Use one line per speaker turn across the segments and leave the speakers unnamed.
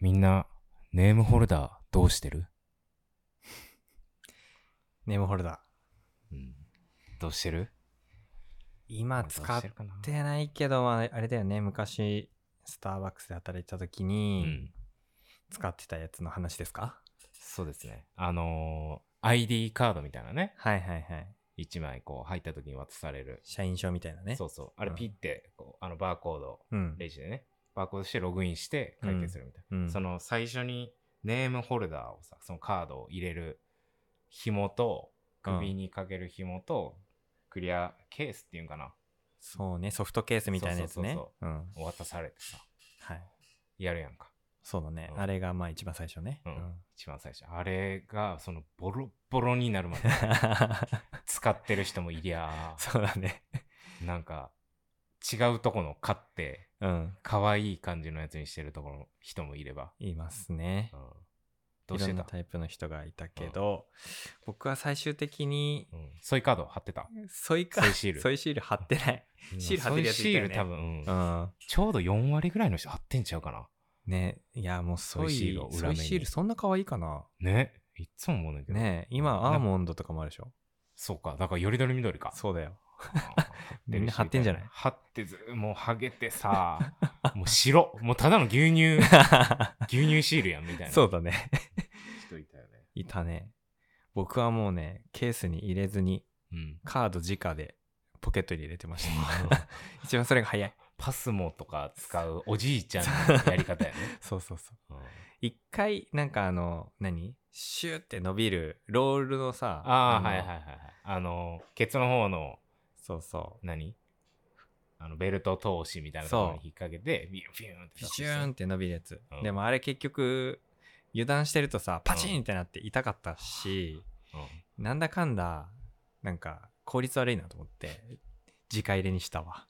みんな、ネームホルダーどうしてる
ネームホルダー。
うん。どうしてる
今
どう
使
し
って
るかな
てないけど、まああれだよね、昔、スターバックスで働いてた時
う
に、
ん。
使ってたやつの話ですか、
そうですね。あのー ID カードみたいなね。
はいはいはい。
一枚こう入った時に渡される。
社員証みたいなね。
そうそう。あれ
うん
ピッて、こうあのバーコード、
うん。
レジでね、バーコードしてログインして会計するみたいな。
うんうん
その最初にネームホルダーをさ、そのカードを入れる紐と、首にかける紐と、クリアケースっていうんかな。
そうね、ソフトケースみたいなやつね。
そうそう
うん。
を渡されてさ、
はい。
やるやんか。
そうだね。
うん
あれがまあ一番最初ね。
うん一番最初。あれが、その、ボロッボロになるまで使ってる人もいりゃ あ、
そうだね。
なんか、違うとこの買って、
うん。
可愛い感じのやつにしてるところの人もいれば。
いますね
う。ん、どうし
い
て
ろんな
た
タイプの人がいたけど、僕は最終的に、
うん、ソイカード貼ってた。
ソイカ
ソイシール
ソイシール貼ってない。シール貼ってるやつ
ソイシ
いた
ー
よね
ル多分、うん
うん。
ちょうど4割ぐらいの人貼ってんちゃうかな。
ねいやもうソ
ソ
イ
イシ
シ
ールを
ール
裏
ソ
目
イ
に
シールそんな可愛いかな
ね。いっつも思うねんだけど。
ねえ今アーモンドとかもあるでしょ
そうか。だから、よりどり緑か。
そうだよ
み
みんな貼ってんじゃない
貼ってず、もうハゲてさ、もう白、もうただの牛乳、牛乳シールやんみたいな。
そうだね
人いたよね。
いたね僕はもうねケースに入れずに
うん。
カード直でポケットに入れてました 一番それが早い
パスモとか使うおじいちゃんのやり方やね。
そうそう そう
うん
一回なんかあの何シューって伸びるロールのさ
ああ、
の
はいはいはいはい。あの、ケツの方の、
そうそ
何あの、ベルト通しみたいなところに引っ掛けて、ビュンビュンっ
う
て
ピシューンって伸びるやつ、
うん
でもあれ結局油断してるとさパチンってなって痛かったし、
う
なんだかんだ、なんか、効率悪いなと思って、直入れにしたわ。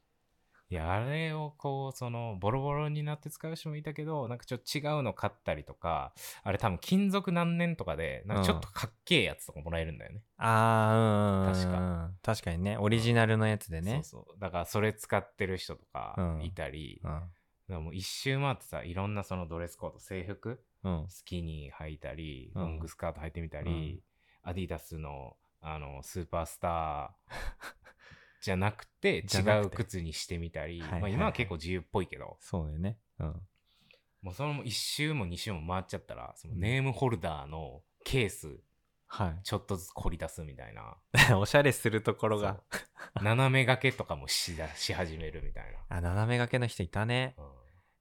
んいや、あれをこう、その、ボロボロになって使う人もいたけど、なんかちょっと違うの買ったりとか、あれ多分金属何年とかで、なんかちょっとかっけえやつとかもらえるんだよね。
あー、うん。
確
か。確かにね、オリジナルのやつでね。
そうそう。だからそれ使ってる人とか
うん
いたり、
う
だからもう一周回ってさ、いろんなそのドレスコード、制服、
ん。うん。
スキニー履いたり、
うん
ロングスカート履いてみたり、アディダスのあのスーパースタ ーじゃなくて
じ
違
ゃな
う
くて
靴にしてみたり、
はいは
ま
いは
あ、
い
今は結構自由っぽいけど、
そうだよね。うん。
もうその一周も二周も回っちゃったら、そのネームホルダーのケース
は
ちょっとずつ凝り出すみたいな、
い。 おしゃれするところが。
そう斜め掛けとかもしだし始めるみたい
あ、斜め掛けの人いたね。
な。うん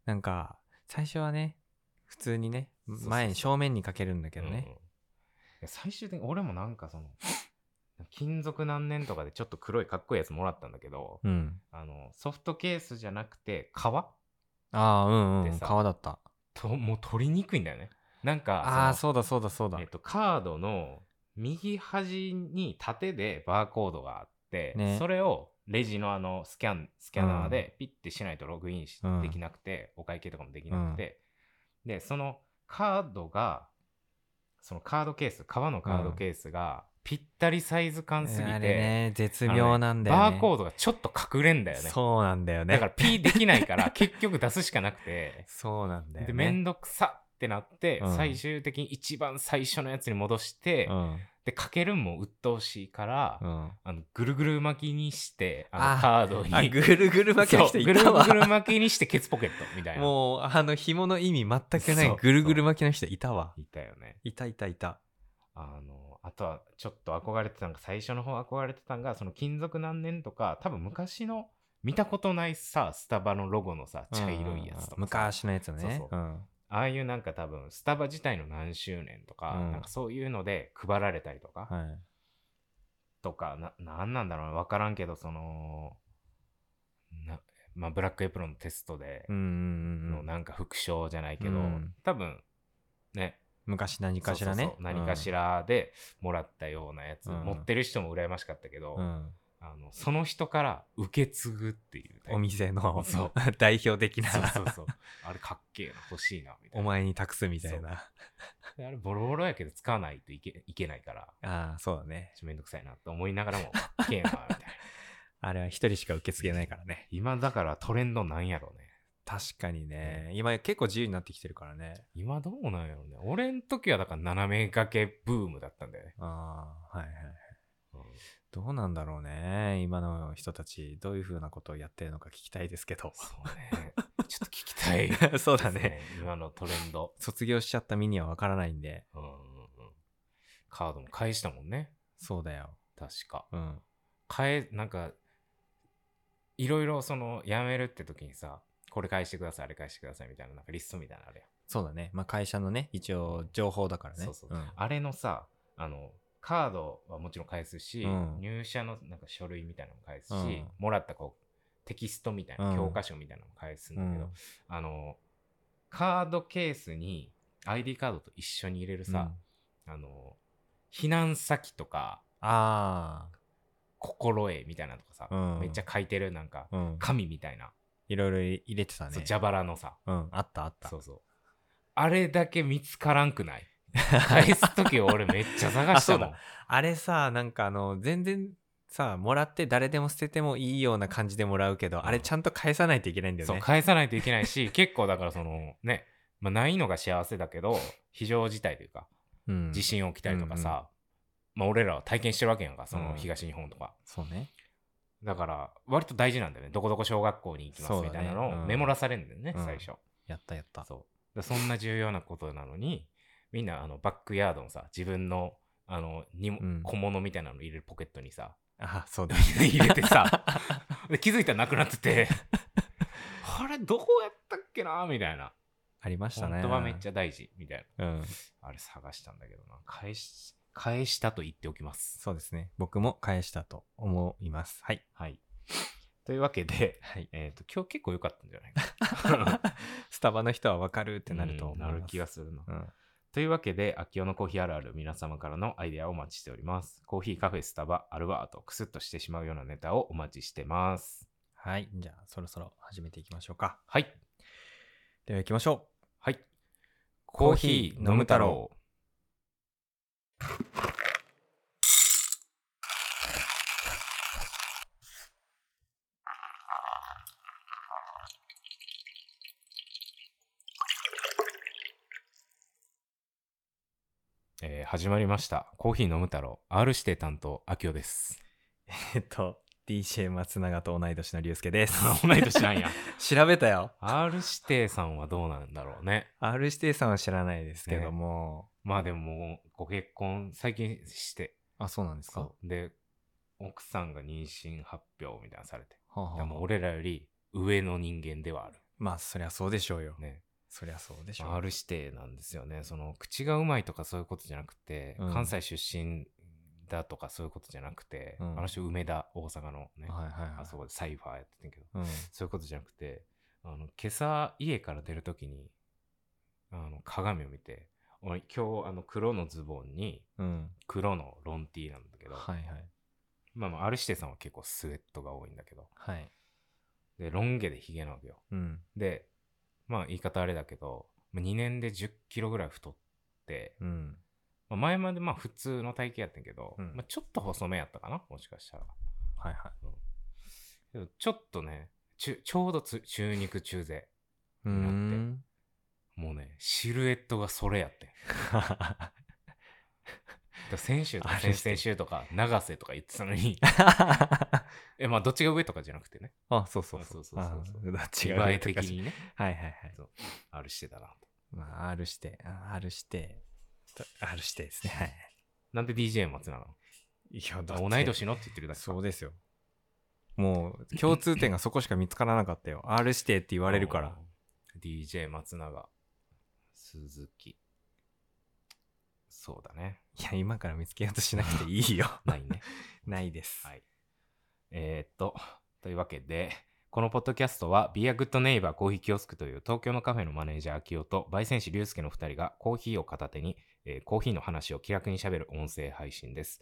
なんか、最初はね、普通にね、
そうそう
前に正面にかけるんだけど
うん
ね。
いや最終的に俺もなんかその金属何年とかでちょっと黒いかっこいいやつもらったんだけど、
うん。
あのソフトケースじゃなくて革
ああ、うんう
で
ん。皮
さ
だった。
ともう取りにくいんだよねなんか
ああー、
そ
そうだそうだそうだ
のえっ。とカードの右端に縦でバーコードがあって、
ね
それをレジのあのスキャンスキャナーでピッてしないとログインし、
うん
できなくてお会計とかもできなくて、でそのカードがそのカードケース革のカードケースがぴったりサイズ感すぎて、
あれね、絶妙なんだよね。
バーコードがちょっと隠れんだよね
そうなんだよね。
だから P できないから 結局出すしかなくて、
そうなんだよ、ね。
で、めんどくさってなって、
うん
最終的に一番最初のやつに戻して、
うん。
で、かけるんも鬱陶しいから、
うん。
あの、ぐるぐる巻きにして、あの
あ
カードに。
あ、ぐるぐる巻きの人いたわ
そうぐ。るぐる巻きにしてケツポケットみたいな。
もう、あの、紐の意味全くな
そう
い。ぐるぐる巻きの人いたわ。
いたよね。
いたいたいた。
あの、あとは、ちょっと憧れてたのが、最初の方憧れてたのが、その金属何年とか、多分昔の、見たことないさ、スタバのロゴのさ、茶色いやつとかさ、
うん昔のやつね。
そうそ
ん。
ああいうなんか多分スタバ自体の何周年とか,、
うん
なんかそういうので配られたりとか、
はい。
とかななんなんだろうな分からんけどそのな、まあ、ブラックエプロンのテストで
うんうんうんう
の
ん。
なんか副賞じゃないけど、
うん
多分ね
昔何かしら
そう
ね。
そうそう何かしらでもらったようなやつ、
うん
持ってる人も羨ましかったけど、
うん。うん。
あのその人から受け継ぐっていうタイプ
お店の
そう
代表的な
そうそうそうあれかっけえな欲しいなみたい
お
な
前に託すみたいな。
であれボロボロやけど使わないといけいけないから
ああ、そうだね。
ちょっとめんどくさいなと思いながらも、 けえな、みたいな。
あれは一人しか受け継げないからね。
今だからトレンドなんやろうね。
確かにね、今結構自由になってきてるからね。
今どうなんやろね。俺ん時はだから斜め掛けブームだったんだよね。
ああ、はいはい。
うん
どうなんだろうね。今の人たち、どういうふうなことをやってるのか聞きたいですけど。
そう ね。ちょっと聞きたい。
そうだね。。
今のトレンド。
卒業しちゃった身にはわからないんで。
うんうんうん。カードも返したもんね。
そうだよ。
確か。
うん。
返、なんか、いろいろその、辞めるって時にさ、これ返してください、あれ返してくださいみたいな、なんかリストみたいなのあれやん。
そうだね。まあ会社のね、一応情報だからね。
そうそうんあれのさ、あの、カードはもちろん返すし、
うん
入社のなんか書類みたいなのも返すし、
うん
もらったこう、テキストみたいな、
うん
教科書みたいなのも返すんだ
う
け
ん
ど、あの、カードケースに ID カードと一緒に入れるさ、あの、避難先とか、
あ
心得みたいなのとかさ、
あ、うん。
めっちゃ書いてるなんか、
うん。
紙みたいな、
いろいろ入れてた
そう
ね。
蛇腹のさ、
うん。あったあった。
そうそう。あれだけ見つからんくない返す時俺めっちゃ探したもん
あ。あれさ、なんかあの、全然さ、もらって誰でも捨ててもいいような感じでもらうけど、
ん
あれちゃんと返さないといけないんだよ
そう
ね。
返さないといけないし 結構だからそのね、まあ、ないのが幸せだけど非常事態というか
うん
地震起きたりとかさ、まあ、俺らは体験してるわけやんかその東日本とか、
そうね。
だから割と大事なんだよねどこどこ小学校に行きますみたいな
そうだ
の
ねう
を
ん
メモらされるんだよね、
うん
最初
やったやった。
そうでそんな重要なことなのにみんなあのバックヤードのさ自分のあのにも
うん
小物みたいなの入れるポケットにさ
あ、そうだ。
入れて さで気づいたらなくなっててあれどこやったっけなみたいな
ありましたね。
本当はめっちゃ大事みたい
ゃ。うん。
な。あれ探したんだけどな。返し、返したと言っておきます。
そうですね。僕も返したと思います。 はい。
はい。というわけで、
はい。
えっ、と、今日結構良かったんじゃないかな。っ
スタバの人はわかるってなると思います。
なる気がするな。
うん。
というわけで、秋代のコーヒーあるある皆様からのアイデアをお待ちしております。コーヒー、カフェ、スタバ、あるはあと、クスッとしてしまうようなネタをお待ちしてます。
はい。じゃあ、そろそろ始めていきましょうか。
はい。
では行きましょ
はい。コ
コ
ー
ー
ヒ
ヒ
ー飲
ー飲
む
む
太
太
郎
郎。
えー始まりました。コーヒー飲む太郎。R 指定担当、秋代です。
う。 えっと、DJ 松永と同い年の龍介です。
同い年なんや。
調べたよ。
R 指定さんはどうなんだろうね。
R 指定さんは知らないですけども。
まあでも、ご結婚、最近して、
あ、そうなんですか。
そうで、奥さんが妊娠発表みたいなのされて、
はあはあ
いやもう俺らより上の人間ではある。
まあ、そりゃそうでしょうよ。
ね。
そりゃそうでしょう。
R 指定なんですよね。その、口がうまいとかそういうことじゃなくて、
うん
関西出身だとかそういうことじゃなくて、
うん
あの人、梅田、大阪のね、
はいはいはい。
あそこでサイファーやってたけど、
うん。
そういうことじゃなくて、あの、今朝家から出るときに、あの、鏡を見て、俺今日、あの、黒のズボンに、
うん。
黒のロンティーなんだけど、
はいはい。
まあまあ、アルシテさんは結構スウェットが多いんだけど、
はい。
で、ロン毛でヒゲなわけよ。
うん。
で、まあ言い方あれだけど、2年で10キロぐらい太って、
うん。
まあ、前までまあ普通の体型やったんやけど、
うん
まあちょっと細めやったかな、もしかしたら。
はいはい。
けどちょっとね、ちゅちょうどつ中肉中背。
うーん。
もうね、シルエットがそれやってん。だ先週とか
あれ
先
して
々週とか、長瀬とか言ってたの に、え、まあどっちが上とかじゃなくてね、
あ、そうそう
あそうそうそうそう
あ
違
違
う
う。
場合的にね、
はいはいはい。
あるしてたなと。
まあ、R して、あ R して、と R してですね。はい。
なんで DJ 松なの
いや、だって
同い年のって言ってるだけか。
そうですよ。もう、共通点がそこしか見つからなかったよ。R してって言われるから。
うん。DJ 松永、鈴木。そうだね。
いや、今から見つけようとしなくて いいよ。
ないね。
ないです。
はい。えーっと、というわけで、このポッドキャストは、ビアグッドネイバーコーヒーキオスクという東京のカフェのマネージャー、秋夫と、焙煎師、龍介の2人がコーヒーを片手に、えーコーヒーの話を気楽に喋る音声配信です。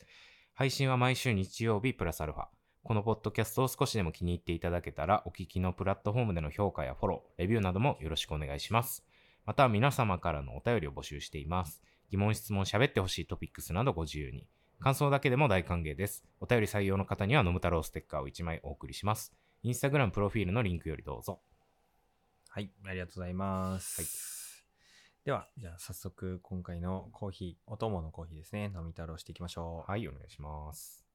配信は毎週日曜日プラスアルファ。このポッドキャストを少しでも気に入っていただけたら、お聞きのプラットフォームでの評価やフォロー、レビューなどもよろしくお願いします。また、皆様からのお便りを募集しています。疑問、質問、喋ってほしいトピックスなどご自由に。感想だけでも大歓迎です。お便り採用の方には、のむ太郎ステッカーを1枚お送りします。インスタグラムプロフィールのリンクよりどうぞ。
はい、ありがとうございます。では、じゃあ早速今回のコーヒー、お供のコーヒーですね、飲み太郎していきましょう。
はい、お願いします。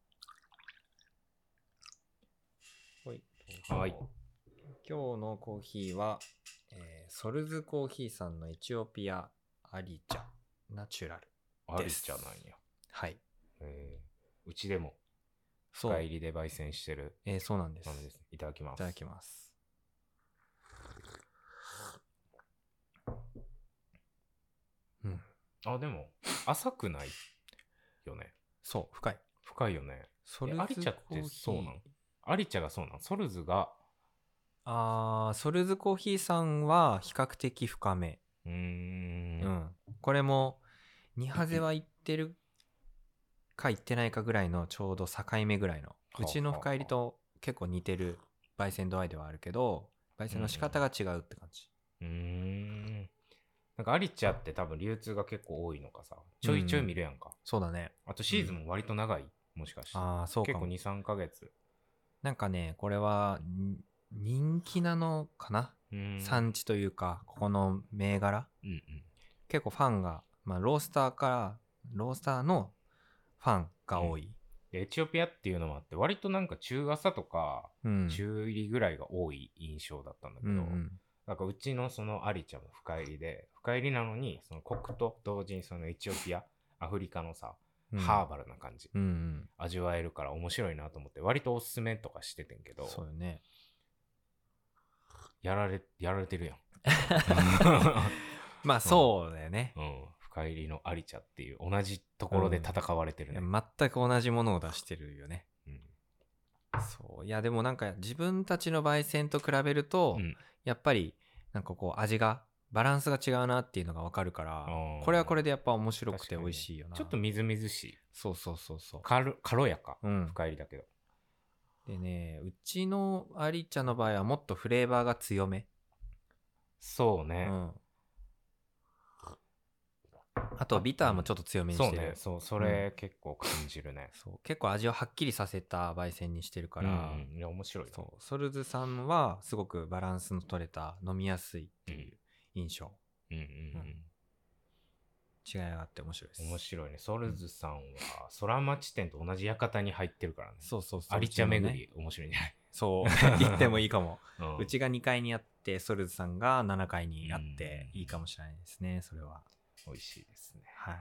はい。
はい。
今日のコーヒーは、えーソルズコーヒーさんのエチオピアアリチャナチュラル。
あるじゃないや。
はい。
えーうちでも、
そ
深
う
入。りで焙煎してる
えーそうなんです。
豆です、ね。いただきま
い
す。
ただきます。うん。
あ、でも、浅くないよね。
そう、深い。
深いよね。
ソ
えアリチャってそうなのアリチャがそうなんソルズが、
あーソルズコーヒーさんは比較的深め。
うー
うんん。。これも、ニハゼは行ってるか行ってないかぐらいのちょうど境目ぐらいの。
はあ
うちの深入りと結構似てる焙煎度合いではあるけど、焙煎の仕方が違うって感じ。
うーん。なんかアリチャって多分流通が結構多いのかさ、ちょいちょい見るやんか。
そうだね。
あとシーズンも割と長い、もしかして。
ああ、そうか
結
も
構2、3ヶ月。
なんかね、これはん人気なのかな、
うーん
産地というか、ここの銘柄。
うんうん。
結構ファンが、まあ、ロースターから、ロースターのファンが多い。
でエチオピアっていうのもあって、割となんか中朝とか、
うん。
中入りぐらいが多い印象だったんだけ
う
ど、
んうん
なんかうちのそのアリちゃんも深入りで、深入りなのに、そのコクと同時にそのエチオピア、アフリカのさ、
うん
ハーバルな感じ、
うんうん。
味わえるから面白いなと思って、割とおすすめとかしててんけど、
そうよね。
やられ、やられてるやん。
まあ、そうだよね。
うん、深入りのアリちゃんっていう、同じところで戦われてるね。
全く同じものを出してるよね。
うん
そう。いや、でもなんか自分たちの焙煎と比べると、
うん
やっぱり、なんかこう、味が、バランスが違うなっていうのがわかるから
あー、
これはこれでやっぱ面白く
確か
て
にね
美味しいよな。
ちょっとみずみずしい。
そうそうそうそう。
軽軽やか。
うん、
深入りだけど。
でねうちのアリ茶の場合はもっとフレーバーが強め、
そう
う
ね。
ん、あとビターもちょっと強めに
そ
し
う
てる
ね。そう、それ結構感じる ね。
そう結構味をはっきりさせた焙煎にしてるか
うん
ら、
うんいや、面白いな。
そうソルズさんはすごくバランスの取れた飲みやすいっていう印象、
うんうんうん。
違いがあって面白いです
面白いね。ソルズさんは、空町店と同じ館に入ってるからね。
そうそうそう
アリチャ巡
うちの
り、
ね
面白いんじゃない
そう行ってもいいかも、
う
うちが2階にあってソルズさんが7階にあって、
うん
いいかもしれないですねそれは
美味しいですね。
は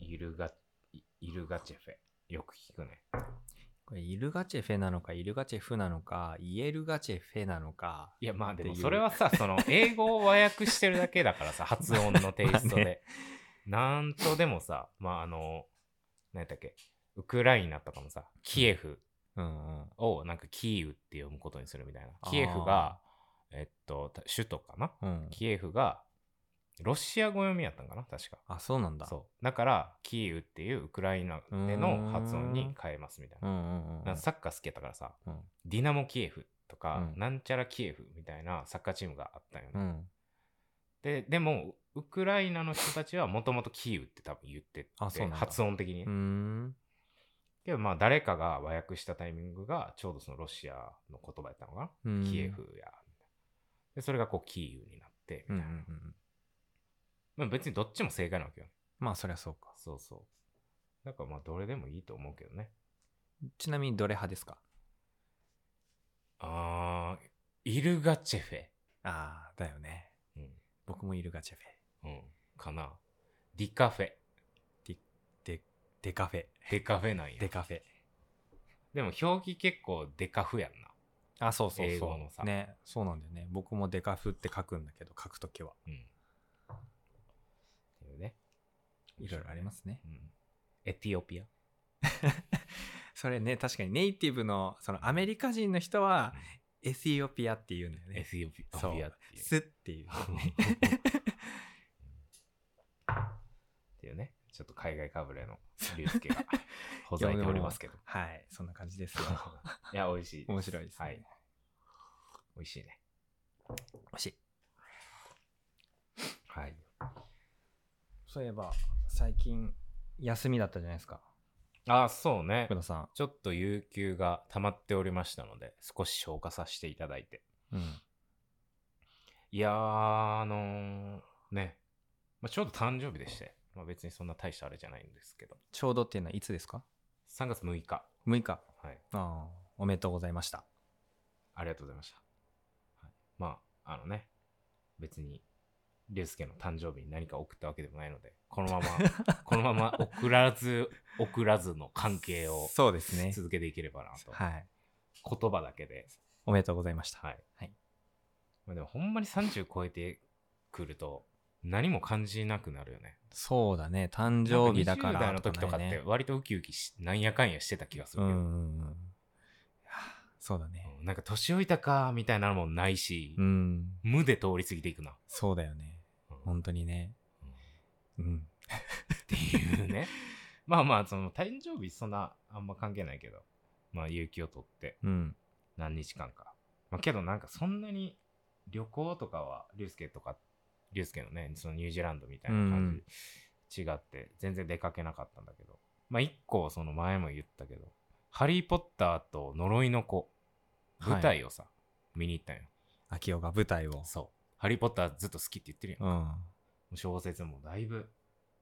い
イルガ、イイルガチェフェ。よく聞くね。
これ、イルガチェフェなのか、イルガチェフなのか、イエルガチェフェなのか。
いや、まあで
っ
も、
ていう
それは さ、その、英語を和訳してるだけだからさ、発音のテイスト
まあ
で。なんとでもさ、まああの、何やったっけ、ウクライナとかもさ、キエフ
うんうん。
をなんかキーウって読むことにするみたい
あ
な。
ー
キエフが、えっと、た首都かな
うん。
キエフが、ロシア語読みやったんかな確か。
あ、そうなんだ。
そう。だから、キーウっていうウクライナでの発音に変えますみたいな。
うんうんうん。
なんかサッカー好きやったからさ、
うん
ディナモキエフとか、
うん
なんちゃらキエフみたいなサッカーチームがあったよね。
うん。
ででもウクライナの人たちはもともとキーウって多分言ってて
あそうなんだ
発音的に、
うーん。
けどまあ誰かが和訳したタイミングがちょうどそのロシアの言葉やったのか
う
な、
ん
キエフやでそれがこうキーウになって
う
み
んう
た
ん
いな、
うん。
まあ、別にどっちも正解なわけよ
まあ、そりゃそうか。
そうそうだからまあどれでもいいと思うけどね
ちなみに、どれ派ですか
あーイルガチェフェ
ああ、だよね。
うん、
僕もイルガチェフェ。
うん、かなディカフェ
デカフェ。
デカフェなんや
デカフェ。
でも表記結構デカフやんな
あ、そうそうそう。
英語のさ
ね。そうなんだよね。僕もデカフって書くんだけど、書くときは。
うんっていうね
いろいろありますね。
うんエティオピア。
それね、確かにネイティブの、そのアメリカ人の人は、エチオピアって言うんだよね
エ。ティオピア
そう
っていう。
すっていう。
っていうね、ちょっと海外かぶれの竜介がほざいておりますけど。
はい、そんな感 じですよ。
いや、美味しい。
面白いです、ね。
はい。美味しいね。
美味しい。
はい。
そういえば、最近、休みだったじゃないですか。
あ、そうね
福。野さん。
ちょっと有給が溜まっておりましたので、少し消化させていただいて。
うん。
いやー、あのーね、まあ、ちょうど誕生日でして、まあ、別にそんな大したあれじゃないんですけど、
ちょうどっていうのはいつですか
3月6日、
?6 日。
はい、
ああ、おめでとうございました。
ありがとうございました。はい、まあ、あのね、別に、竜介の誕生日に何か送ったわけでもないので、この まま、このまま送らず、送らずの関係を
そうですね。
続けていければなと、
はい。
言葉だけで、
おめでとうございました。
はい。
はい
まあ、でも、ほんまに30超えてくると、何も感じなくなるよね。
そうだね。誕生日だから
なんか20代の時とかっ
ない
て
ね
割とウキウキしなんやかんやしてた気がす
う
るけど、
んうんうん。いやそうだね。
うんなんか年老いたかみたいなのもないし、
うん。
無で通り過ぎていくな、
そうだよね。
うんっ
本当にね。うん。
ていうねまあまあその誕生日そんなあんま関係ないけどまあ有給を取って
うん。
何日間かまあけどなんかそんなに旅行とかは竜介とか竜介のねそのニュージーランドみたいな感じ、違って全然出かけなかったんだけどまあ一個その前も言ったけど「ハリー・ポッターと呪いの子」舞
はい。
台をさ、見に行ったんよ
秋代が舞台を。
そう「ハリー・ポッター」ずっと好きって言ってるやん
う、ん。
もう小説もだいぶ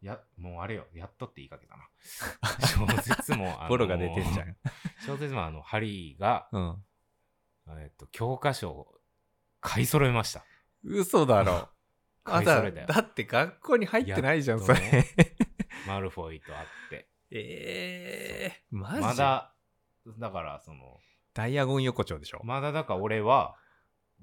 やもうあれよやっとって言いかけ たな小説もあの
ボロが出て んじゃん。
小説もあのハリーが、
うん。
えっと教科書を買い揃えました
嘘だ ろ。あ
買い
だ
揃えたよ
だって学校に入ってないじゃん、
やっ
そ
と
れ。
ね マルフォイと会って
ええー、マジ
まだだからその
ダイアゴン横丁でしょ。
まだだから俺は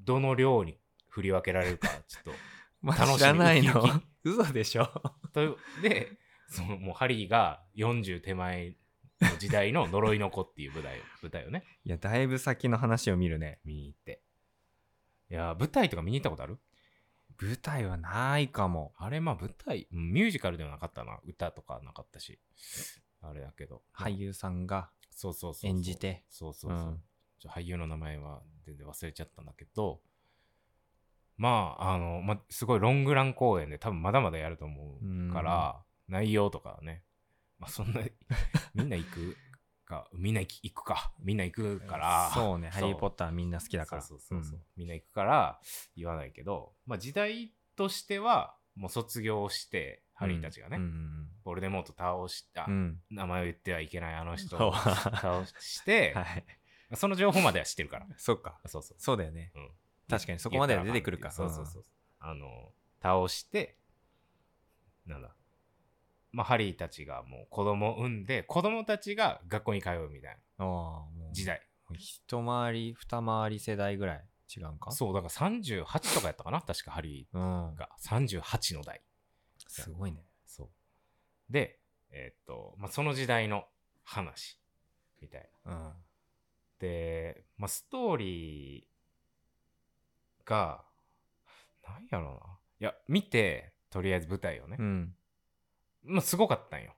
どの量に振り分けられるかちょっ
ま
楽しみ
知らない の
ウキウキ。
嘘でしょ。
とというでそのもうハリーが40手前の時代の呪いの子っていう舞台を舞台をね
いや、だいぶ先の話を見るね。
見に行って。いやー、舞台とか見に行ったことある
舞台はないかも。
あれ、まあ舞台、うんミュージカルではなかったな。歌とかなかったし。あれだけど。
俳
まあ。
優さんが
そうそうそうそう。
演じ。て。
そうそうそう。
うん
ちょ俳優の名前は全然忘れちゃったんだけど、まあ、あの、まあ、すごいロングラン公演で多分まだまだやると思うから、内容とかはね、まあそんな、 みんな行くか、みんな行き行くか、みんな行くから、
そうね、ハリー・
そう
ポッターみんな好きだから。
そうそうそうそうみんな行くから言わないけど、まあ、時代としてはもう卒業してハリーたちがね、
うんうん
ボルデモート倒した、
うんうん。
名前を言ってはいけないあの人
そう
を倒して、
はい。
その情報までは知ってるから
そっか。
そうそう
そうだよね。
うん
確かにそこまでは出てくるか。
そうそうそうあの倒してなんだまあ、ハリーたちがもう子供を産んで子供たちが学校に通うみたいな
うん。ああ、もう。
時代
もう一回り、二回り世代ぐらい違うんか
そうだから38とかやったかな確かハリ
う。ん
ー。が38の代
すごいね。
そう。で、えーっと、まあ、その時代の話、みたいな。
うん。
で、まあ、ストーリーが、なんやろうな。いや、見て、とりあえず舞台をね
う。ん。
まあ、すごかったんよ。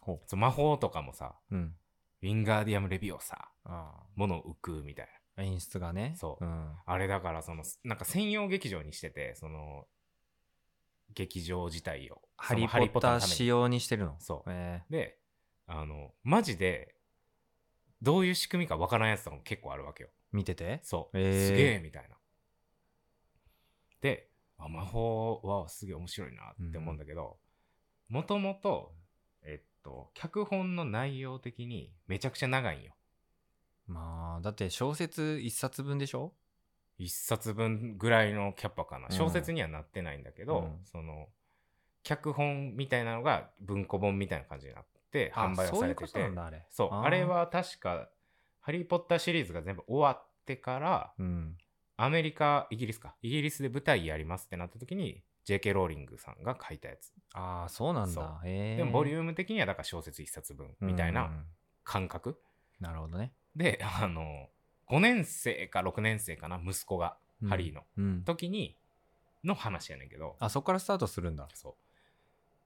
ほ
そう魔法とかもさ、
う。うん。
ウィンガーディアム・レビオサ、
あ
もの浮くみたい
あ。演出がね。
そう
うん。
な。あれだから、その、なんか専用劇場にしてて、その、劇場自体を。
ハリ
その
ー・ポッター
のために
仕様にしてるの。
そう
え
であのマジでどういう仕組みかわからんやつとかも結構あるわけよ
ー見てて。
そう、
へー
すげえみたいなであ魔法はすげえ面白いなって思うんだけどもともとえっと脚本の内容的にめちゃくちゃ長いんよ
まあ、だって小説一冊分でしょ
一冊分ぐらいのキャパかな
うん
小説にはなってないんだけど、
うん
その脚本みたいなのが文庫本みたいな感じになって販売
あ
をさ
そうい
れ
うこ
て
と
て
なんだ、あれ。
そう、
ー
あれ。は確か、ハリー・ポッターシリーズが全部終わってから、
うん。
アメリカ、イギリスか、イギリスで舞台やりますってなった時に、JK ローリングさんが書いたやつ。
ああ、そうなん
そう
だ。ええ。
でも、ボリ
ー
ューム的には、だから小説1冊分みたいな。感覚。
なるほどね。
で、 あの、5年生か6年生かな、息子が、
うん
ハリーの
うん。
時に、の話やねんけど、
あ、そこからスタートするんだ。
そう。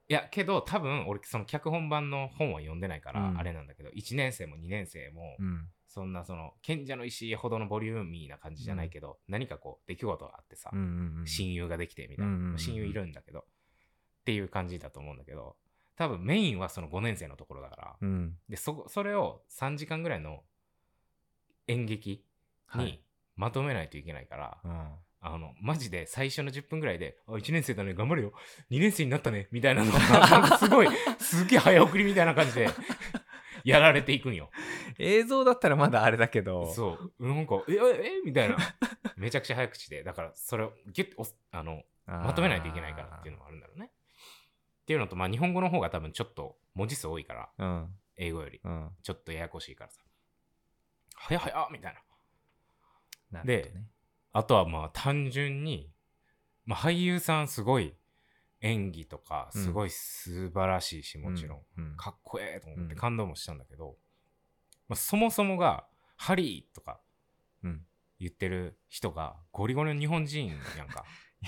いや、けど、多分、俺、その脚本版の本は読んでないか
う
ら、
ん
あれなんだけど、1年生も2年生も、
うん。
そんなその賢者の石ほどのボリューミーな感じじゃないけど、何かこう出来事があってさ、
うんうんうん。
親友ができてみたいな、
うんうんうんうん
親友いるんだけどっていう感じだと思うんだけど多分メインはその5年生のところだから、
うん。
でそそれを3時間ぐらいの演劇
は
に
い
まとめないといけないから、
うん。
あのマジで最初の10分ぐらいで「あ1年生だね頑張れよ2年生になったね」みたいなのがなんかす ごいすげえ早送りみたいな感じでやられていくんよ。
映像だったらまだあれだけど、
そうなんか「えええみたいなめちゃくちゃ早口でだからそれをギュッと押すあのま
ま
とめないといけないからっていうのもあるんだろうね。っていうのと、まあ、日本語の方が多分ちょっと文字数多いから
の。
英語より
うん。うん。
ちょっとややこしいからさ「早い早っ!」みたいな。
なるほど
で
ね、
あとはまあ単純に、まあ、俳優さんすごい演技とか
うん
すごい素晴らしいし、もちろん
うん。うん。
かっこええと思って
うん
感動もしたんだけど、まあ、そもそもが「ハリー」とか
うん
言ってる人がゴリゴリの日本人やんか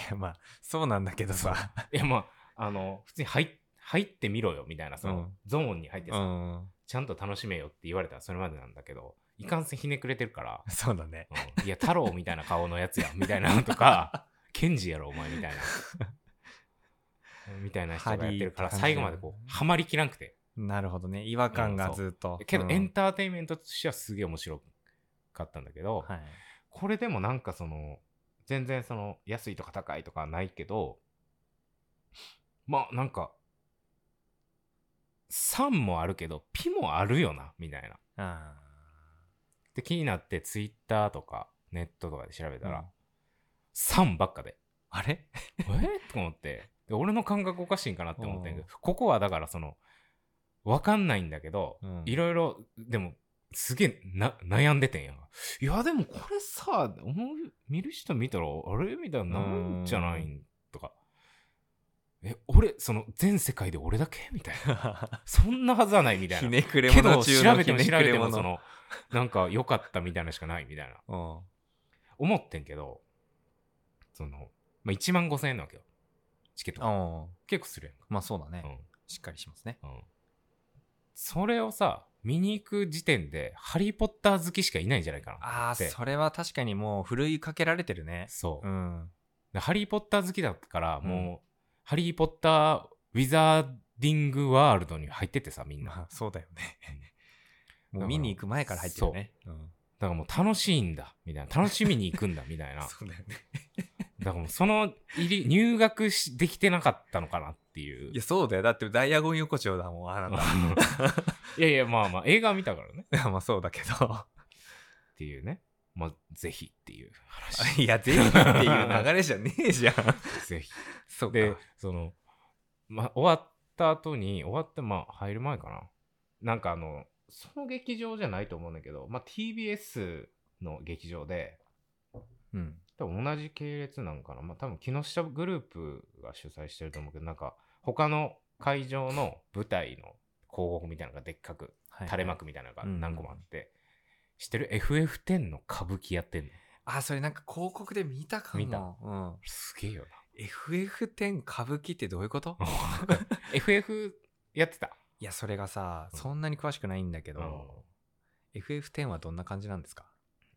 いや、まあ、そうなんだけどさ。
いやまああの普通に入入ってみろよみたいなその、
うん
ゾーンに入って
う
さ、
ん。
ちゃんと楽しめよって言われたらそれまでなんだけどいかんせんひねくれてるから
そうだね。
うんいや太郎みたいな顔のやつや みたいなのとかケンジやろお前みたいなみたいな人がやってるから
ハリーって感じだよね
最後までこうハマりきらんくて
なるほどね。違和感がずっと。
けど
うん
エンターテインメントとしてはすげえ面白かったんだけど、
はい。
これでもなんかその全然その安いとか高いとかはないけどまあなんか3もあるけどピもあるよなみたいな
あ
で気になってツイッターとかネットとかで調べた
うん
ら、三3ばっかで
あ。あれ
え ーと思ってで俺の感覚おかしいんかなって思ってんけどここはだからその分かんないんだけど
うん
いろいろでもすげえな悩んでてんやいやでもこれさ思う見る人見たらあれみたいななんじゃないんとかえ俺その全世界で俺だけみたいな そんなはずはないみたい
ひ
な、
ねくれ
けど
者中
調
の
べ
ひ
ても
ね
調
く
べ
れ
てもそ
者。
のなんか良かったみたいなしかないみたいな
うん
思ってんけどその、まあ、1万5000円なわけよチケットが
うん。
結構するやんか
まあそうだね。
うん
しっかりしますね。
うんそれをさ見に行く時点で「ハリー・ポッター」好きしかいないんじゃないかな
ああ、
で
それは確かにもう、ふるいかけられてるね。
そう、
うん。
でハリー・ポッター好きだから
うん
もう、ハリー・ポッター・ウィザーディング・ワールド」に入っててさみんな、
まあそうだよね。
うん
もう見に行く前から入ってるね。うん
だからもう楽しいんだみたいな楽しみに行くんだみたいなだか
そうだよね。
らもうその入り入学しできてなかったのかなっていう
いや、そうだよ。だってダイアゴン横丁だもん、あな
いやいやまあまあ映画は見たからね
た。まあそうだけど。
っていうねまあぜひっていう話
いや、ぜひっていう流れじゃねえじゃん。
ぜひ
そうか。
で、その、ま、終わった後に、終わって、まあ、入る前かな。なんかあの、その劇場じゃないと思うんだけど、まあ、TBS の劇場で、
うん。
多分同じ系列なのかな。まあ、多分木下グループが主催してると思うけど、なんか、他の会場の舞台の広告みたいなのがでっかく、垂れ幕みたいなのが何個もあって、知ってる ?FF10 の歌舞伎やってんの。
あ、それなんか広告で見たかも。
見た
うん。
すげえよ
FF10 歌舞伎ってどういうこと
な。FF やってた。
いや、それがさ、
うん
そんなに詳しくないんだけ
け
ど、FF10 はどんな感じなんですか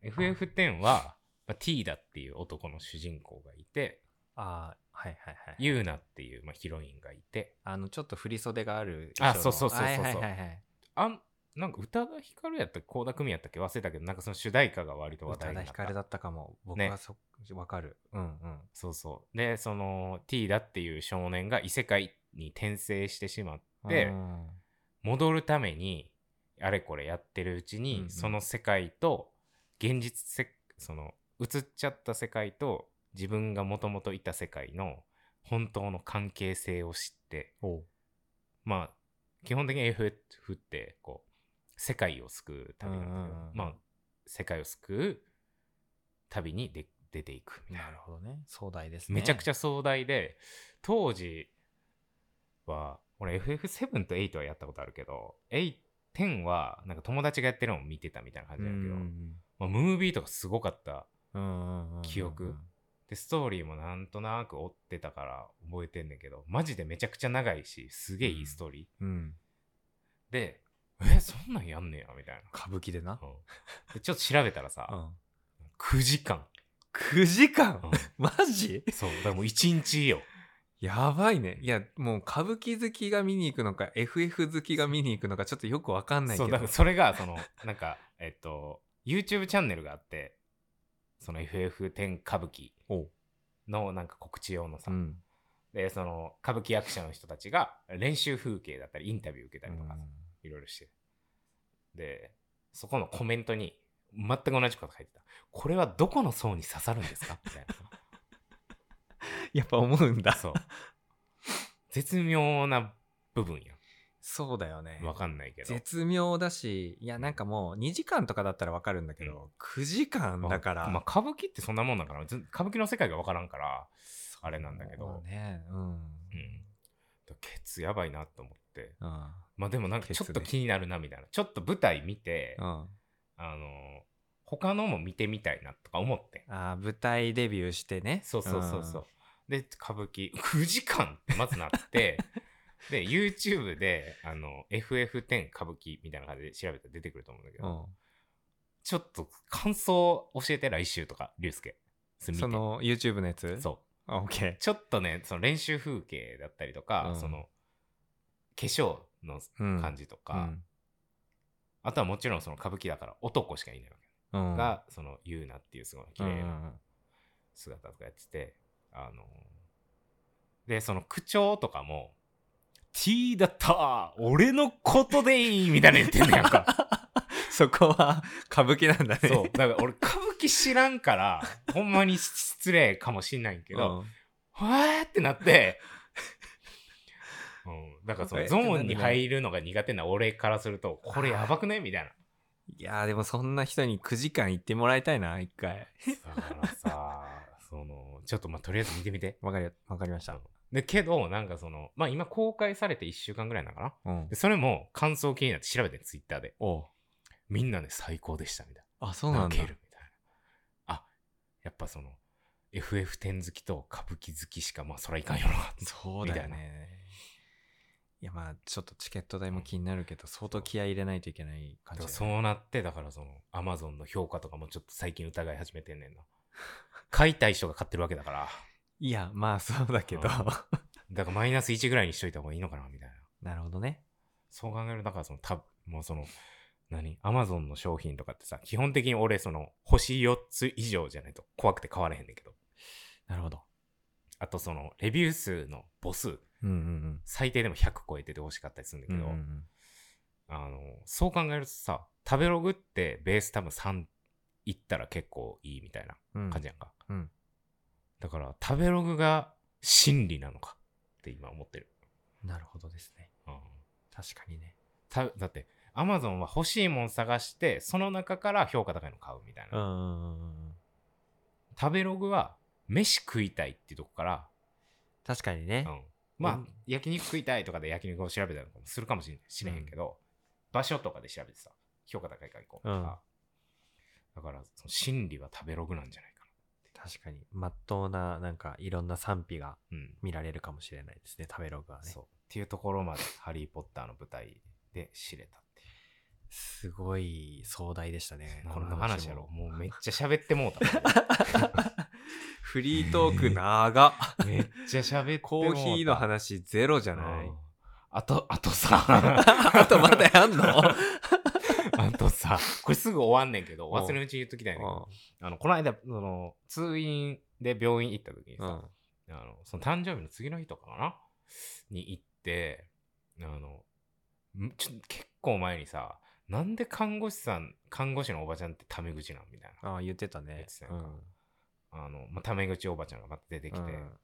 FF10 は、まあ、ティーダっていう男の主人公がいて、
ああ、はいはいはい。
ユーナっていう、まあ、ヒロインがいて、
あの、ちょっと振り袖がある
あ
衣装の
そうそうそうそう
はい
そう
はいはいはい。
あんなんか宇多田ヒカルやったっけ倖田來未やったっけ忘れたけど、なんかその主題歌が割と
宇
話題
多
に
田
なっ
ヒ
た。
カルだったかも。僕
ね
はそ、わかる。うんうん。
そうそう。で、そのティーダっていう少年が異世界に転生してしまっ
う
て、
ん
戻るために、あれこれやってるうちに、
うんうん
その世界と、現実せ、その、映っちゃった世界と、自分がもともといた世界の本当の関係性を知って、
おう
まあ、基本的に FF って、こう、世界を救う旅なんだけど、
うんうんうん
まあ、世界を救う旅にで出ていくみたい
な
な
るほどね。壮大ですね。
めちゃくち
ゃ。
ゃ壮大で、当時は、俺 FF7 と8はやったことあるけど、8、10は、なんか友達がやってるのを見てたみたいな感
う
じ
ん
だ
う
けど、
ん
まあ、ムービーとかすごかった。
うんうんうん。
記憶で、ストーリーもなんとなく追ってたから覚えてんねんけど、マジでめちゃくちゃ長いし、すげえいいストーリー。
うん。
で、え、そんなんやんねや、みたいな。
歌舞伎でな。
うんでちょっと調べたら
う
さ、
ん。
9時間。
9時間
うん
マジ
そう、だからもう1日よ。
やばいね。いや、もう歌舞伎好きが見に行くのか、FF 好きが見に行くのか、ちょっとよくわかんないけ
そうだ
ど
から。それがそのなんかえっと YouTube チャンネルがあってその FF10 歌舞伎
おう
のなんか告知用のさ、
うん。
でその歌舞伎役者の人たちが練習風景だったりインタビュー受け たりとかさ
うん
いろいろしてでそこのコメントに全く同じこと書いてたこれはどこの層に刺さるんですかみたい
やっぱ思うん
な
だ。
そう絶妙な部分
そうだよね
や。わかんないけど
絶妙だし、いや、なんかもう2時間とかだったらわかるんだけど、9時間だから。
まあ、歌舞伎ってそんなもんだからず歌舞伎の世界が分からんからあれなんだけど、
そうね。うん。
うん、だケツやばいなと思って
うん。
まあでもなんか
ケ
ち
ツ
ょ
ね
っと気になるなみたいな、ちょっと舞台見て、
うん。
あの他のも見てみたいなとか思って
あー舞台デビューしてね。
そうそうそうそう、で歌舞伎9時 間ってまずなって で YouTube であの FF10 歌舞伎みたいな感じで調べたら出てくると思うんだけ
う
ど、
ん。
ちょっと感想教えて来週とか龍介そ
う
れ見
ん。
て
その YouTube のやつ
そう
あ、OK。
ちょっとねその練習風景だったりとか、
うん
その化粧の
うん。
感
じ
じとか、。あとはもちろんその歌舞伎だから男しかいないわ
うん。う
け
ん、
が、その優奈っていうすごい綺
うんうん
麗
う
なん姿とかやってて、あのでその口調とかも「T だった俺のことでいい!」みたいなの言ってん のやんか
そこは 歌舞伎なんだね。
そうだから俺歌舞伎知らんからほんまに失礼かもしんないけど、
うん
はーってなって、うん、だからそのゾーンに入るのが苦手な俺からすると、これやばくねみたいな。
いやーでもそんな人に9時間行ってもらいたいな、一回。
だから さ、その、ちょっとまあとりあえず見てみて。
わかり、わかりました。
で、けど、なんかその、まあ今公開されて1週間ぐらいなのかな。
うん
で、。それも感想気になって調べて、ツイッターで。
おう
みんなね、最高でしたみたい
あ、そう
な。
な
泣
んだ。
けるみたいな。あ、やっぱその、FF10 好きと歌舞伎好きしか、まあそらいかんよな。
そうだ
み
よ
たいな
ね。いやまあちょっとチケット代も気になるけど、相当気合い入れないといけない感
だ
じ
から
だよね
そうなってだからそのアマゾンの評価とかもちょっと最近疑い始めてんねんな買いたい人が買ってるわけだから
いやまあそうだけど
だからマイナス1ぐらいにしといた方がいいのかなみたいな
なるほどね
そう考えるとだからそのたもうその何アマゾンの商品とかってさ基本的に俺その星4つ以上じゃないと怖くて買われへんねんけど
なるほど
あとそのレビュー数の母数
うんうん
最低でも100超えてて欲しかったりするんだ
う
け
ん
ど、
うんうん
あのそう考えるとさ食べログってベース多分3いったら結構いいみたいな
うん
感じやんか、
うん
だから食べログが真理なのかって今思ってる、
なるほどですね確かにね
ただってアマゾンは欲しいもん探してその中から評価高いの買うみたいな、
んうんうんうん
食べログは飯食いたいっていうとこから、
確かにね
うんまあ、
うん
焼肉食いたいとかで焼肉を調べたりとかもするかもしれ知れへんけど、場所とかで調べてさ評価高いから行こうとか、だからその真理は食べログなんじゃないか
確かにまっとうななんかいろんな賛否が
な、うん
見られるかもしれないですね食べログはね
そうっていうところまで「ハリー・ポッター」の舞台で知れたっていう
すごい壮大でしたね
こ
この
の
話
話
も
やろもうめっちゃ喋ってもうた
フリートーク 長っ
めっちゃ喋ってもうた
コーヒーの話ゼロじゃな
う
い
んあとあとさ
あとまだや んの
あとさこれすぐ終わんねんけど忘れのうちに言っときたいねんけどあのこの間その通院で病院行った時に
う
さ、
ん
あのその誕生日の次の日とかかなに行ってあのんちょ結構前にさなんで看護師さん看護師のおばちゃんってタメ口なんみたいな
ああ言ってた
言っ
ね
てたやんかあの、まあ、タメ口おばちゃんがまた出てきて、
うんうん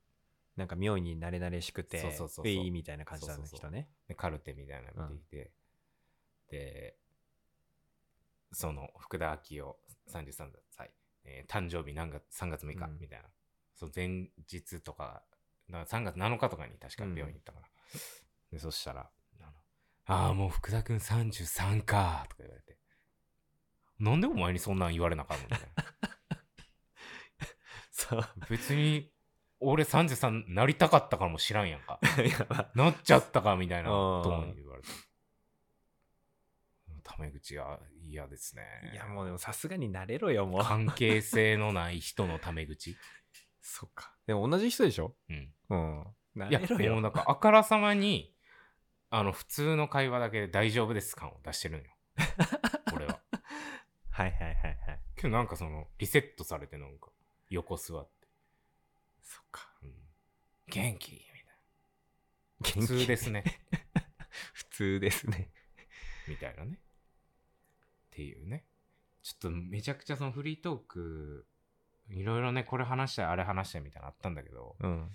なんか妙になれなれしくて
そうそうそうそう
ウィーみたいな感じなんだ
そうそう
け
そ
ど
う
ね
でカルテみたいなの見てきて、でその福田昭夫33歳、えー誕生日何月3月6日
うん
みたいな、その前日とかな3月7日とかに確か病院行ったから、でそしたら「あのあーもう福田君33か」とか言われて「なんでお前にそんなん言われなかったの?」みたいな
そう
別に俺33なりたかったからも知らんやんか
い やまあ
なっちゃったかみたいな
うん
とも言われた。タメ口は嫌ですね。
いやもうでもさすがになれろよもう
関係 性のない人のタメ口。
そっかでも同じ人でしょ
うん。
うんない
や
めろ
もう
よ。
なんかあからさまにあの普通の会話だけで大丈夫です感を出してる のよ俺は
はいはいはいはい。
けどなんかそのリセットされてなんか横座って、
そっか。
うん元気みたい
元
な普
気
通です。ね
普通ですね。
みたいなねっていうねちょっとめちゃくちゃそのフリートークいろいろねこれ話したいあれ話したいみたいなのあったんだけど
うん。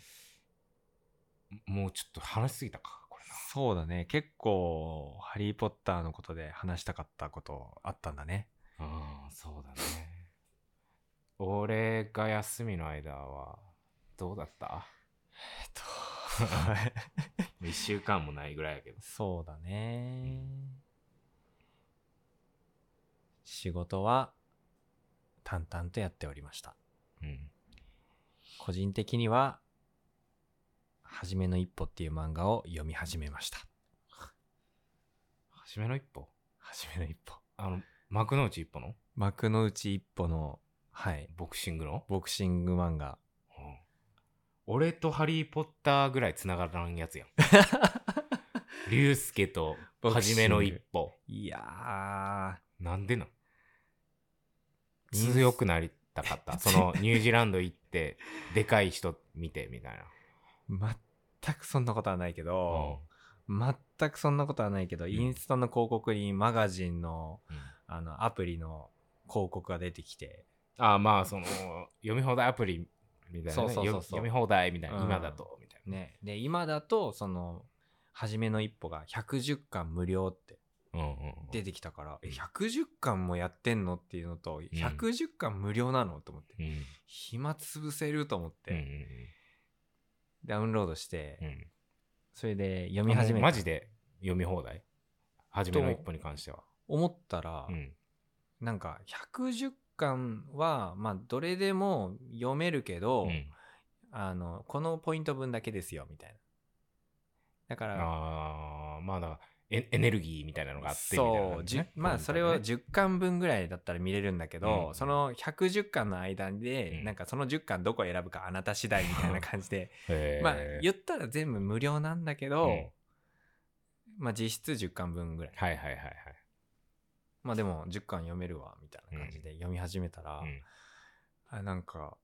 もうちょっと話しすぎたかこれな
そうだね。結構、ハリー・ポッターのことで話したかったことあったんだね。
うん、そうだね。俺が休みの間は、どうだった
えっと。
?1 週間もないぐらいやけど。
そうだね。仕事は、淡々とやっておりました。
うん。
個人的には、はじめの一歩っていう漫画を読み始めました。
初めの一歩
はじめの一歩。
あの、幕の内一歩の
幕の内一歩の、はい、
ボクシングの、
ボクシング漫画。
うん俺とハリー・ポッターぐらい繋がらんやつや ん。竜介と
ボク
は
シン
じ
グ
めの一歩。
いや
なんでなん
人
強くなりたかった。そのニュージーランド行って、でかい人見てみたいな。
ー、全くそんなことはないけ
うん
ど、全くそんなことはないけど、インスタの広告にマガジンの、
うん
あの、アプリの広告が出てきて、
ああまあその読み放題アプリみたいなね、
そうそうそうそ
読
う
み読み放題みたいな、
うん
今だとみたい
ね。で、今だと、その、はじめの一歩が110巻無料って
な、うんうんうん
出てきたから、え、110巻もやってんのっていうのと、110巻無料なのと思って、
うんうん
暇潰せると思っ
うん
て、ダウンロードして
うん、うん
それで読み始
あ
めた。
マジで読み放題初めの一歩に関しては、
思ったら、
うん
なんか110巻は、まあ、どれでも読めるけど、
うん
あの、このポイント分だけですよ、みたいな。だから、
ああまあだからエエネルギーみたいなのがあってみたいな
そう、
感じ
じゅ
ね
まあ、それを
ポイント
10巻分ぐらいだったら見れるんだけど、
うん
その110巻の間で、
うん
なんかその10巻どこ選ぶかあなた次第 みたいな感じで、
がねへー
まあ、言ったら全部無料なんだけど、
うん
まあ、実質10巻分ぐらい。
はいはいはいはい
まあ、でも10巻読めるわ、みたいな感じで読み始めたら、
うん
あなんか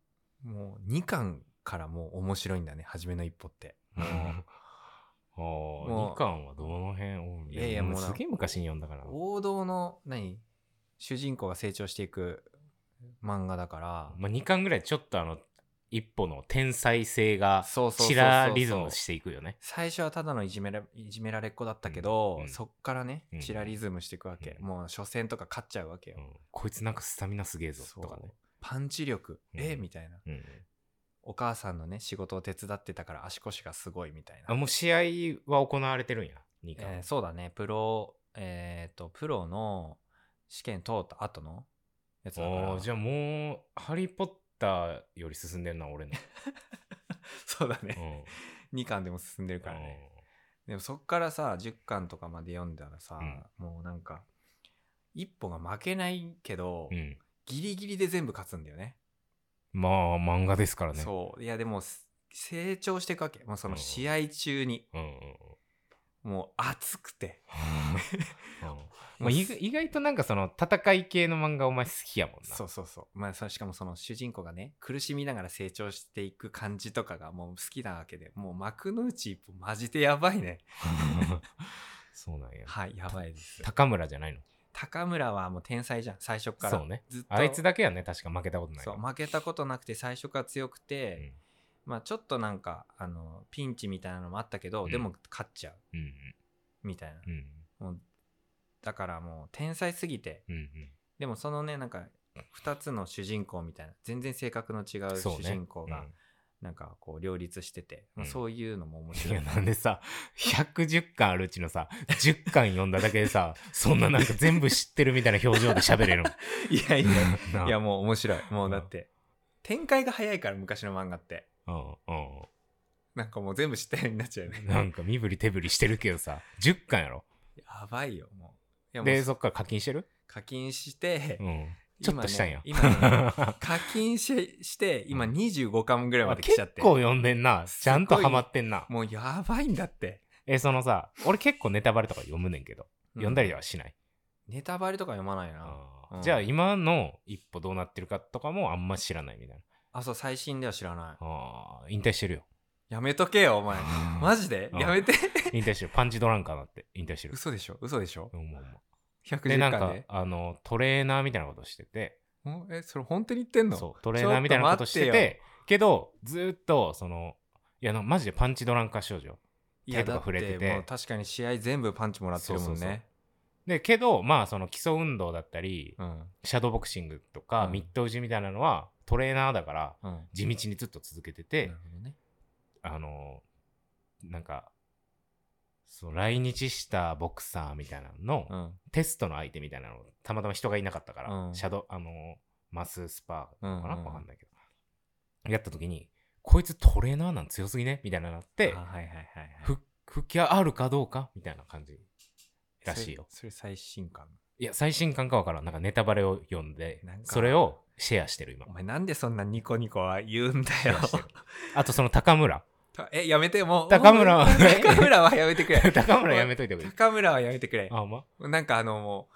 もう2巻からもう面白いんだね初めの一歩 っても
あ
う
ー
もう
二巻はどの辺を
いやいやもうな
すげえ昔に読んだから
王道の何主人公が成長していく漫画だから、
まあ、2巻ぐらいちょっとあの一歩の天才性が
そうそうそ
チ
うそう
ラリズムしていくよね。
最初はただのいじめらいじめられっ子だったけど、
うんうん
そっからね
うん
チラリズムしていくわけ、
うん
もう初戦とか勝っちゃうわけよ、
うんこいつなんかスタミナすげえぞ
そう
とかね。
パンチ力、
うん
えみたいな
うん
お母さんのね仕事を手伝ってたから足腰がすごいみたいな
あもう試合は行われてるんや2巻、
えーそうだね、プロ、えっと、プロの試験通った後のやつだから。
おーじゃあもう「ハリー・ポッター」より進んでんな俺の。
そうだ
う
ね。
ん
2巻でも進んでるからね。でもそっからさ、10巻とかまで読んだらさ、
うん
もうなんか、一歩が負けないけど、
うん
ギリギリで全部勝つんだよね。
まあ漫画ですからね。
そう。いや、でも、す成長していくわけ。もうその試合中に、
うんう んうん
もう熱くて。
うんまあ、意外意外となんかその戦い系の漫画お前好きやもんな。
そうそうそう。まあ、そしかもその主人公がね、苦しみながら成長していく感じとかがもう好きなわけで、もう幕の内一歩マジでやばいね。
そうなん や。
はい、やばいです。
高村じゃないの
高村はもう天才じゃん、最初から。
そうね
ずっと。
あいつだけはね確か負けたことないの。
そう、負けたことなくて最初から強く
う
て、
ん
まあちょっとなんか、あの、ピンチみたいなのもあったけど、
うん
でも勝っちゃう、
うん
みたいな。
うん
もうだからもう天才すぎて、
うんうん
でもそのね、なんか、二つの主人公みたいな、全然性格の違
う
うん主
そうね
人公が、
うん
なんかこう両立してて、ま
う
あ
ん
そういうのも面白
いや
い。
なんでさ110巻あるうちのさ10巻読んだだけでさそんななんか全部知ってるみたいな表情で喋れるの
いや いや、
ない
やもう面白い。もうだって、展開が早いから昔の漫画って。
うん
なんかもう全部知ったようになっちゃうよ
うん。
ね
なんか身振り手振りしてるけどさ10巻やろ
やばいよ、もう。いやも
で
う
そっから課金してる
課金して
う、んちょっとしたんや。
今ね今 ね課金しして今25巻ぐらいまで来ちゃって
結構読んでんな。ちゃんとハマってんな。
もうやばいんだって、
え、そのさ、俺結構ネタバレとか読むねんけど、
うん
読んだりはしない。
ネタバレとか読まないな
あ
う
ー
ん
じゃあ今の一歩どうなってるかとかもあんま知らないみたいな。
あそう最新では知らない
あー引退 してるよ。
やめとけよお前マジで
うん
やめて
引退してる。パンチドランカーだって引退してる。
嘘でしょ嘘でしょ
うんうんうんで、な
110
ん
巻
か
で、
あの、トレーナーみたいなことしてて、
んえそれ本当に言ってんの
そう、トレーナーみたいなことして
ちょ
て、
っと待って
けど、ずーっと、その、いや、なマジでパンチドランカー少女。
いや
手とか
だっ
触れてて
てもう確かに試合全部パンチもらってるもん
そうそう
ね
で、けど、まあ、その基礎運動だったり、
うん
シャドーボクシングとか、
うん
ミッド打ちみたいなのは、トレーナーだから、
うん
地道にずっと続けてて、
なるほどね
あのなんかそう来日したボクサーみたいなの
う
の
ん
テストの相手みたいなのたまたま人がいなかったから、
うん
シャドあのマススパーかな、
うんうん
わかんないけどやった時にこいつトレーナーなん強すぎねみたいなのになっ
あ
て
はいはいはいはい
復復帰あるかどうかみたいな感じらしいよ
それそれ最新刊
いや最新刊かわからんなんかネタバレを読んで
なんか
それをシェアしてる今
お前なんでそんなニコニコは言うんだよ
シ ェアしてるあとその高村
たえやめてもう
高村は
高村はやめてくれ
高村やめといてくれ
高村はやめてくれ
あほんま
なんかあのも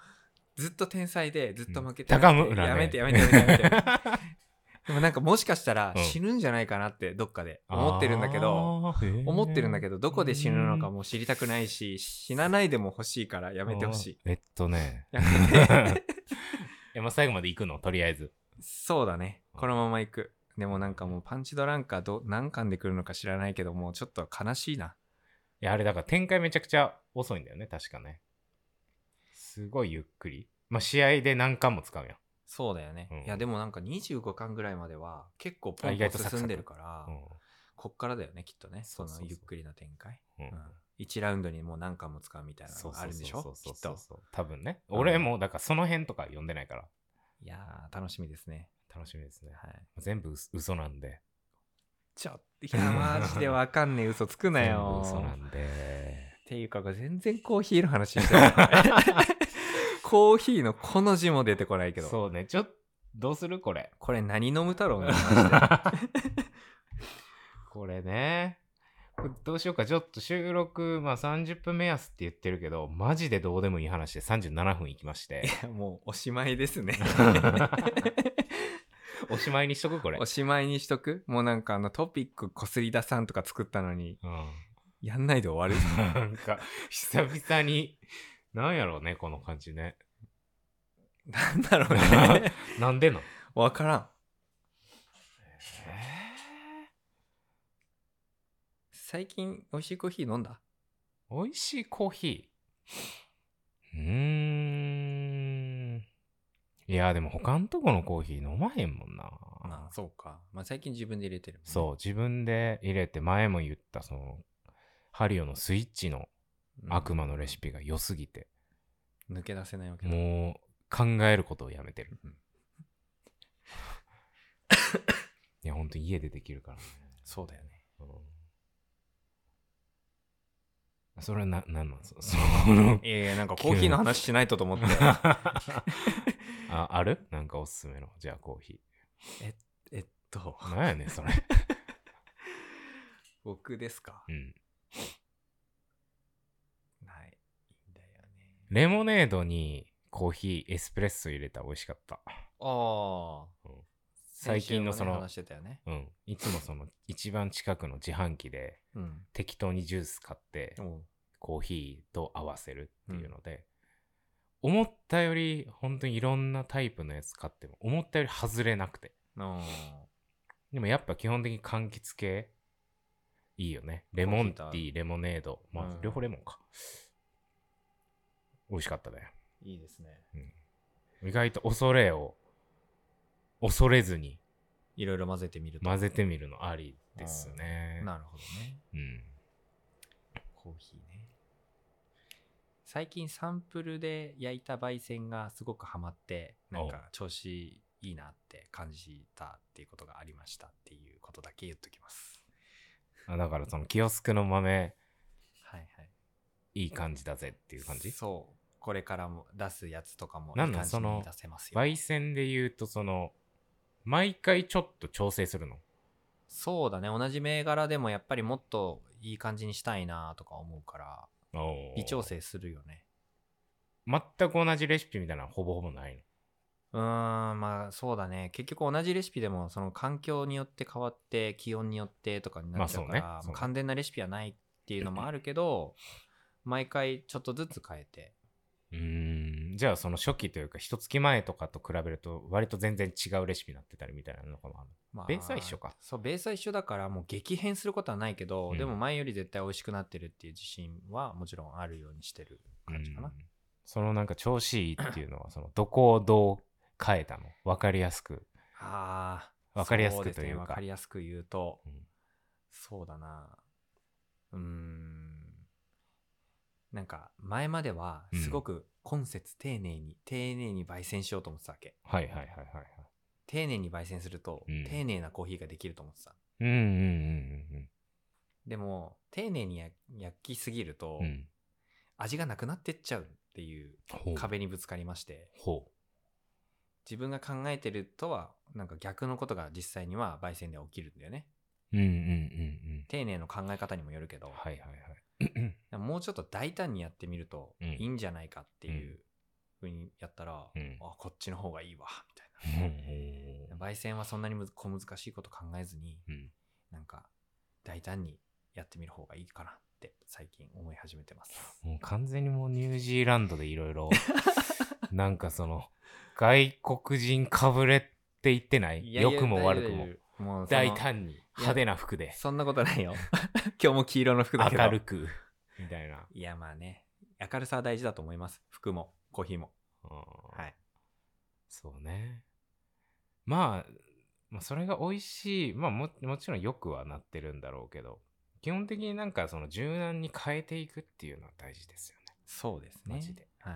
うずっと天才でずっと負けてなくて
高村ね
やめてやめてやめてや めてでもなんかもしかしたら
うん
死ぬんじゃないかなってどっかで思ってるんだけど思ってるんだけどどこで死ぬのか
も
も知りたくないし死なないでも欲しいからやめてほしい
えっとね
やめて
え、まあ、最後まで行くのとりあえず
そうだねこのまま行くでもなんかもうパンチドランカーど何巻で来るのか知らないけどもうちょっと悲しいない
やあれだから展開めちゃくちゃ遅いんだよね確かねすごいゆっくりまあ試合で何巻も使うやん
そうだよね、
うん
いやでもなんか25巻ぐらいまでは結構ポ
あ意
ンポ
外
ン
とサクサク
進んでるから、
うん
こっからだよねきっとね
そ
そう
そうそう
のゆっくりな展開、
うん
うん1ラウンドにもう何巻も使うみたいな
そ
の
う
があ
そう
るんでしょ
そうそう
きっ
そう
と
そう多分ね
うん
俺もだからその辺とか読んでないから
いやー楽しみですね
楽しみですね
はい
全部嘘嘘なんで
ちょっといやマジでわかんねえ嘘つくな
全
よ
部嘘なん で
っていうかこれ全然コーヒーの話して ないコーヒーのこの字も出てこないけど
そうねちょっとどうするこれ
これ何飲む太郎の
これね。これどうしようか。ちょっと収録、まあ30分目安って言ってるけど、マジでどうでもいい話で37分いきまして。
もうおしまいですね
おしまいにしとくこれ。
おしまいにしとくもうなんかあのトピックこすりださんとか作ったのに
うん。
やんないで終わ る
なんか、久々に、なんやろうね、この感じね。
なんだろうね
なんでなん
わからん最近美味しいコーヒー飲んだ
美味しいコーヒー。うーん。いや、でも他のとこのコーヒー飲まへんもんな。
ああそうか、まあ、最近自分で入れてるもんね、
そう、自分で入れて、前も言った、その、ハリオのスイッチの
うん
悪魔のレシピが良すぎて、
抜け出せないわけだ
もう考えることをやめてる。
うん
いや、ほんと家でできるからね。
そうだよね、
うんそれはな、なんなんそ その
いやいやなんかコーヒーの話しないと と思って
あ、あるなんかおすすめの、じゃあコーヒ
えっと
ー。なんやねん、それ。
僕ですか
うん。
ないんだよね
レモネードにコーヒー、エスプレッソ入れたら美味しかった。
ああ、
うん最近のその
先週もね話してたよね
うん。いつもその、一番近くの自販機で、
うん
適当にジュース買って
でも
コーヒーと合わせるっていうので、思ったより本当にいろんなタイプのやつ買っても思ったより外れなくて
あ
でもやっぱ基本的に柑橘系いいよねレモンテ
コー
ィ
ヒ
ーレモネードまあ、
うん
両方レモンか美味しかったね
ーいいですね
意外と恐れを恐れずに
いろいろ混ぜてみると、
混ぜてみるのありですね
なるほどね
うん
コーヒーね最近サンプルで焼いた焙煎がすごくハマってなんか調子いいなって感じたっていうことがありましたっていうことだけ言っときます
あだからそのキオスクの豆
はいはい
いい感じだぜっていう感じ
そうこれからも出すやつとかもい
ないんなん
感じ
その
に出せますよ
焙煎で言うと、その、毎回ちょっと調整するの。
そうだね同じ銘柄でもやっぱりもっといい感じにしたいなとか思うから微調整するよね
全く同じレシピみたいなのはほぼほぼないの。
うーんまあそうだね結局同じレシピでもその環境によって変わって気温によってとかになっちゃうから、
まあそうねそうね
もう完全なレシピはないっていうのもあるけど毎回ちょっとずつ変えて
うーんじゃあその初期というか一月前とかと比べると割と全然違うレシピになってたりみたいなのかもある
まあ
ベースは一緒か
そうベースは一緒だからもう激変することはないけど、
うん
でも前より絶対美味しくなってるっていう自信はもちろんあるようにしてる感じかな
うんそのなんか調子いいっていうのはそのどこをどう変えたの分かりやすく
ああ
わかりやすく
そうですね
というか
わかりやすく言うと、
うん
そうだなうーんなんか前までは
うん
すごく今節丁寧に、丁寧に焙煎しようと思ってたわけ
はいはいはいはいはい
丁寧に焙煎すると、
うん
丁寧なコーヒーができると思ってた
うんうんうん
でも丁寧にや焼きすぎると、
うんうん
味がなくなってっちゃうっていう
ほう
壁にぶつかりまして
ほ
自分が考えてるとはなんか逆のことが実際には焙煎では起きるんだよね
ううんうんうん
丁寧の考え方にもよるけど、
うんはいはいはい
でももうちょっと大胆にやってみると
うん
いいんじゃないかっていうふうにやったら、
うん
あこっちの方がいいわみたい
うん
な焙煎はそんなにむず小難しいこと考えずに
うん
なんか大胆にやってみる方がいいかなって最近思い始めてます
もう完全にもうニュージーランドでいろい ろなんかその外国人かぶれって言ってない良くも悪くも
もうその
大胆に派手な服で
そんなことないよ 今日も黄色の服だけど
明るくみたいな。
いやまあね明るさは大事だと思います服もコーヒーも
は
はいい、
そうね。まあ、まあ、それが美味しい、まあももちろんよくはなってるんだろうけど、基本的になんかその柔軟に変えていくっていうのは大事ですよね。
そうですね
マジで
はい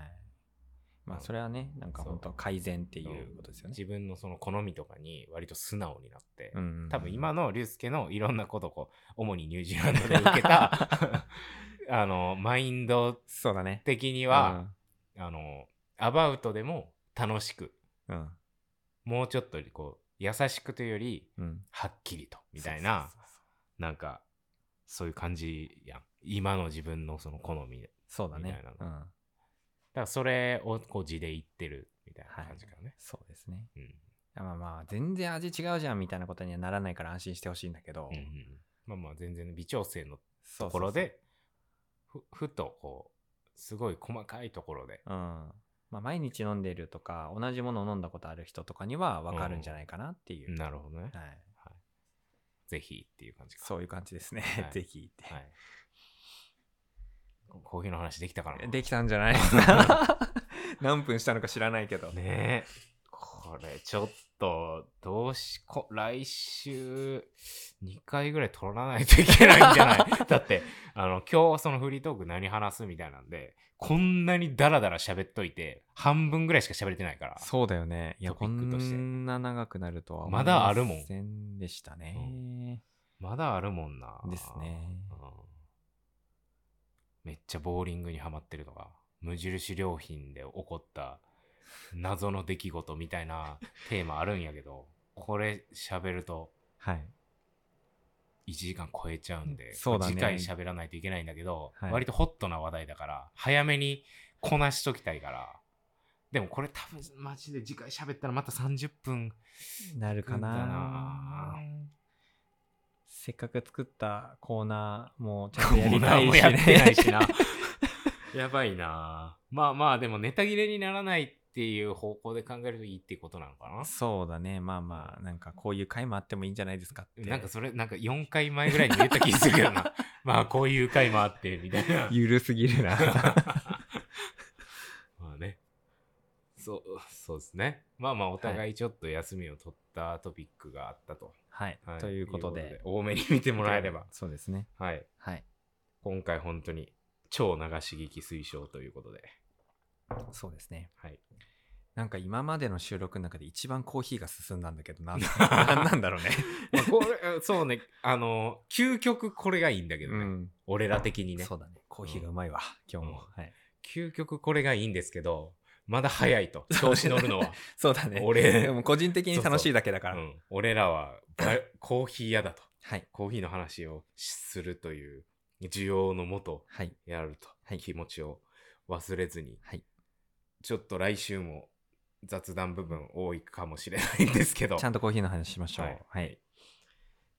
ま
う
あ
ん
それはねなんか
そう
本当改善っていうことですよね
自分のその好みとかに割と素直になって、
うん
多分今の龍介のいろんなことをこう主にニュージーランドで受け たあのマインド
そうだね
的には、あのアバウトでも楽しく
うんうん
もうちょっとこう優しくというより
うん
はっきりとみたいな
そうそうそう
なんかそういう感じやん今の自分のその好みでだか
そうだ
みた
ね
いなの
うん
らそれをこう字で言ってるみたいな感じかね、
そうですね
うん
まあまあ全然味違うじゃんみたいなことにはならないから安心してほしいんだけど、
うんうんまあまあ全然微調整の
そうそうそう
ところでふふとこうすごい細かいところで
うんまあ、毎日飲んでるとか同じものを飲んだことある人とかには分かるんじゃないかなっていう、
なるほどね、
はい、
ぜひっていう感じか
そういう感じですね、
はい
ぜひって、
はいココーヒーの話できたから
できたんじゃないで すか何分したのか知らないけど、
ねえこれちょっとどうしこ来週2回ぐらい取らないといけないんじゃない だってあの今日そのフリートーク何話すみたいなんでこんなにダラダラ喋っといて半分ぐらいしか喋れてないから
そうだよねいや
トピ
こ
ックとして
んな長くなるとは
まだあるもん
思いませんでしたね、
まだあるもんな
ですね
うんめっちゃボーリングにはまってるのが無印良品で起こった謎の出来事みたいなテーマあるんやけどこれ喋ると
はい
1時間超えちゃうんで、
そうだね
次回喋らないといけないんだけど、
はい
割とホットな話題だから、早めにこなしときたいから、でもこれ多分マジで次回喋ったらまた30分
なるかな
だな
せっかく作ったコーナーもちゃん
コ
とや
ー
り
ナ
た
ー
い
も
し、
やってないし
ね、
な。 やばいなまあまあ、でもネタ切れにならないっていう方向で考えるといいっていうことなのかな。
そうだねまあまあなんかこういう回もあってもいいんじゃないですかって
なんかそれ、なんか4回前ぐらいに言った気するけど な。まあこういう回もあって、みたいな。
ゆるすぎるな
まあね。そう、そうですね。まあまあ、お互いちょっと休みを取ったトピックがあったと。
はい、
は
ということで
多めに見て
見
もらえれば。
そうですね
はい。
はい
今回本当に超流し聞き推奨ということで。
そうですね
はい。
なんか今までの収録の中で一番コーヒーが進んだんだけ どなんなんなんだろうね、
まあ、これ、そうね。あの、究極これがいいんだけど
う
ね。
ん
俺ら的にね。
そうだねコーヒーがうまいわ、今日も、
う
はい
究極これがいいんですけど、まだ早いと、調子乗るのは。
そうだね。
俺
でも個人的に楽しいだけだか
う
ら。
ん、俺らはばコーヒー屋だと。
はい。
コーヒーの話をするという需要のもと
はい。
やると、
はい
気持ちを忘れずに、
はい
ちょっと来週も雑談部分多いかもしれないんですけど
ちゃんとコーヒーの話しましょう。
は
はいい。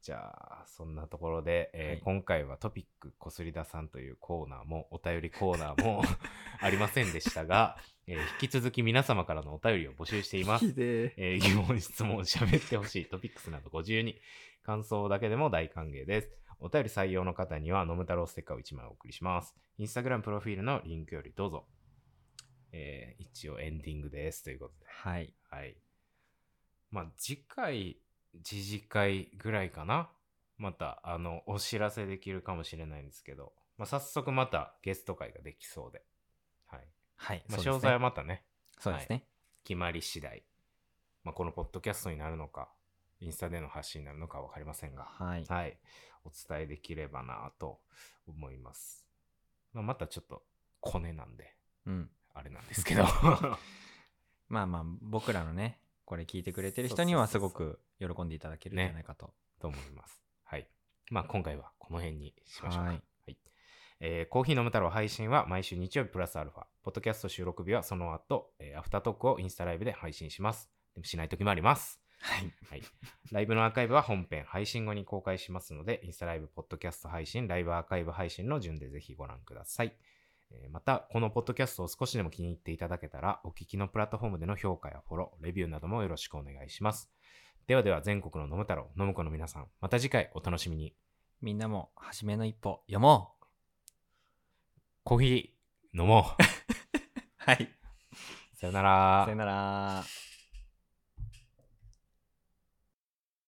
じゃあそんなところで、えー
はい
今回はトピックこすりださんというコーナーもお便りコーナーも ありませんでした が、えー引き続き皆様からのお便りを募集しています。
で
えー疑問、質問、喋ってほしいトピックスなどご自由に、感想だけでも大歓迎です。お便り採用の方には、ノム太郎ステッカーを1枚お送りします。インスタグラムプロフィールのリンクよりどうぞ。えー一応エンディングです。ということで。
はい。
はい。まあ、次回、次次回ぐらいかな。また、あの、お知らせできるかもしれないんですけど、まあ、早速またゲスト会ができそうで。はい。
はい。
まあ、
そうです
詳
ね
細はまたね、
そうですね。
決まり次第、まあ、このポッドキャストになるのか、インスタでの発信になるのか分かりませんが、
はい。
はい、お伝えできればなと思います。まあ、またちょっと、コネなんで、
うん。
あれなんですけ ど。
まあまあ、僕らのね、これ聞いてくれてる人にはすごく喜んでいただけるんじゃないかと。
と思います。はい。まあ、今回はこの辺にしましょうか。は
はいい。
えーコーヒー飲む太郎配信は毎週日曜日プラスアルファ。ポッドキャスト収録日はその後、えーアフタートークをインスタライブで配信します。でもしない時もあります。
はい。
はい。ライブのアーカイブは本編配信後に公開しますので、インスタライブ、ポッドキャスト配信、ライブアーカイブ配信の順でぜひご覧ください。えーまた、このポッドキャストを少しでも気に入っていただけたら、お聞きのプラットフォームでの評価やフォロー、レビューなどもよろしくお願いします。ではでは全国の飲む太郎、飲む子の皆さん、また次回お楽しみに。
みんなも、初めの一歩、読もう
コーヒー飲もう。
はい。
さよなら
さよ。なら。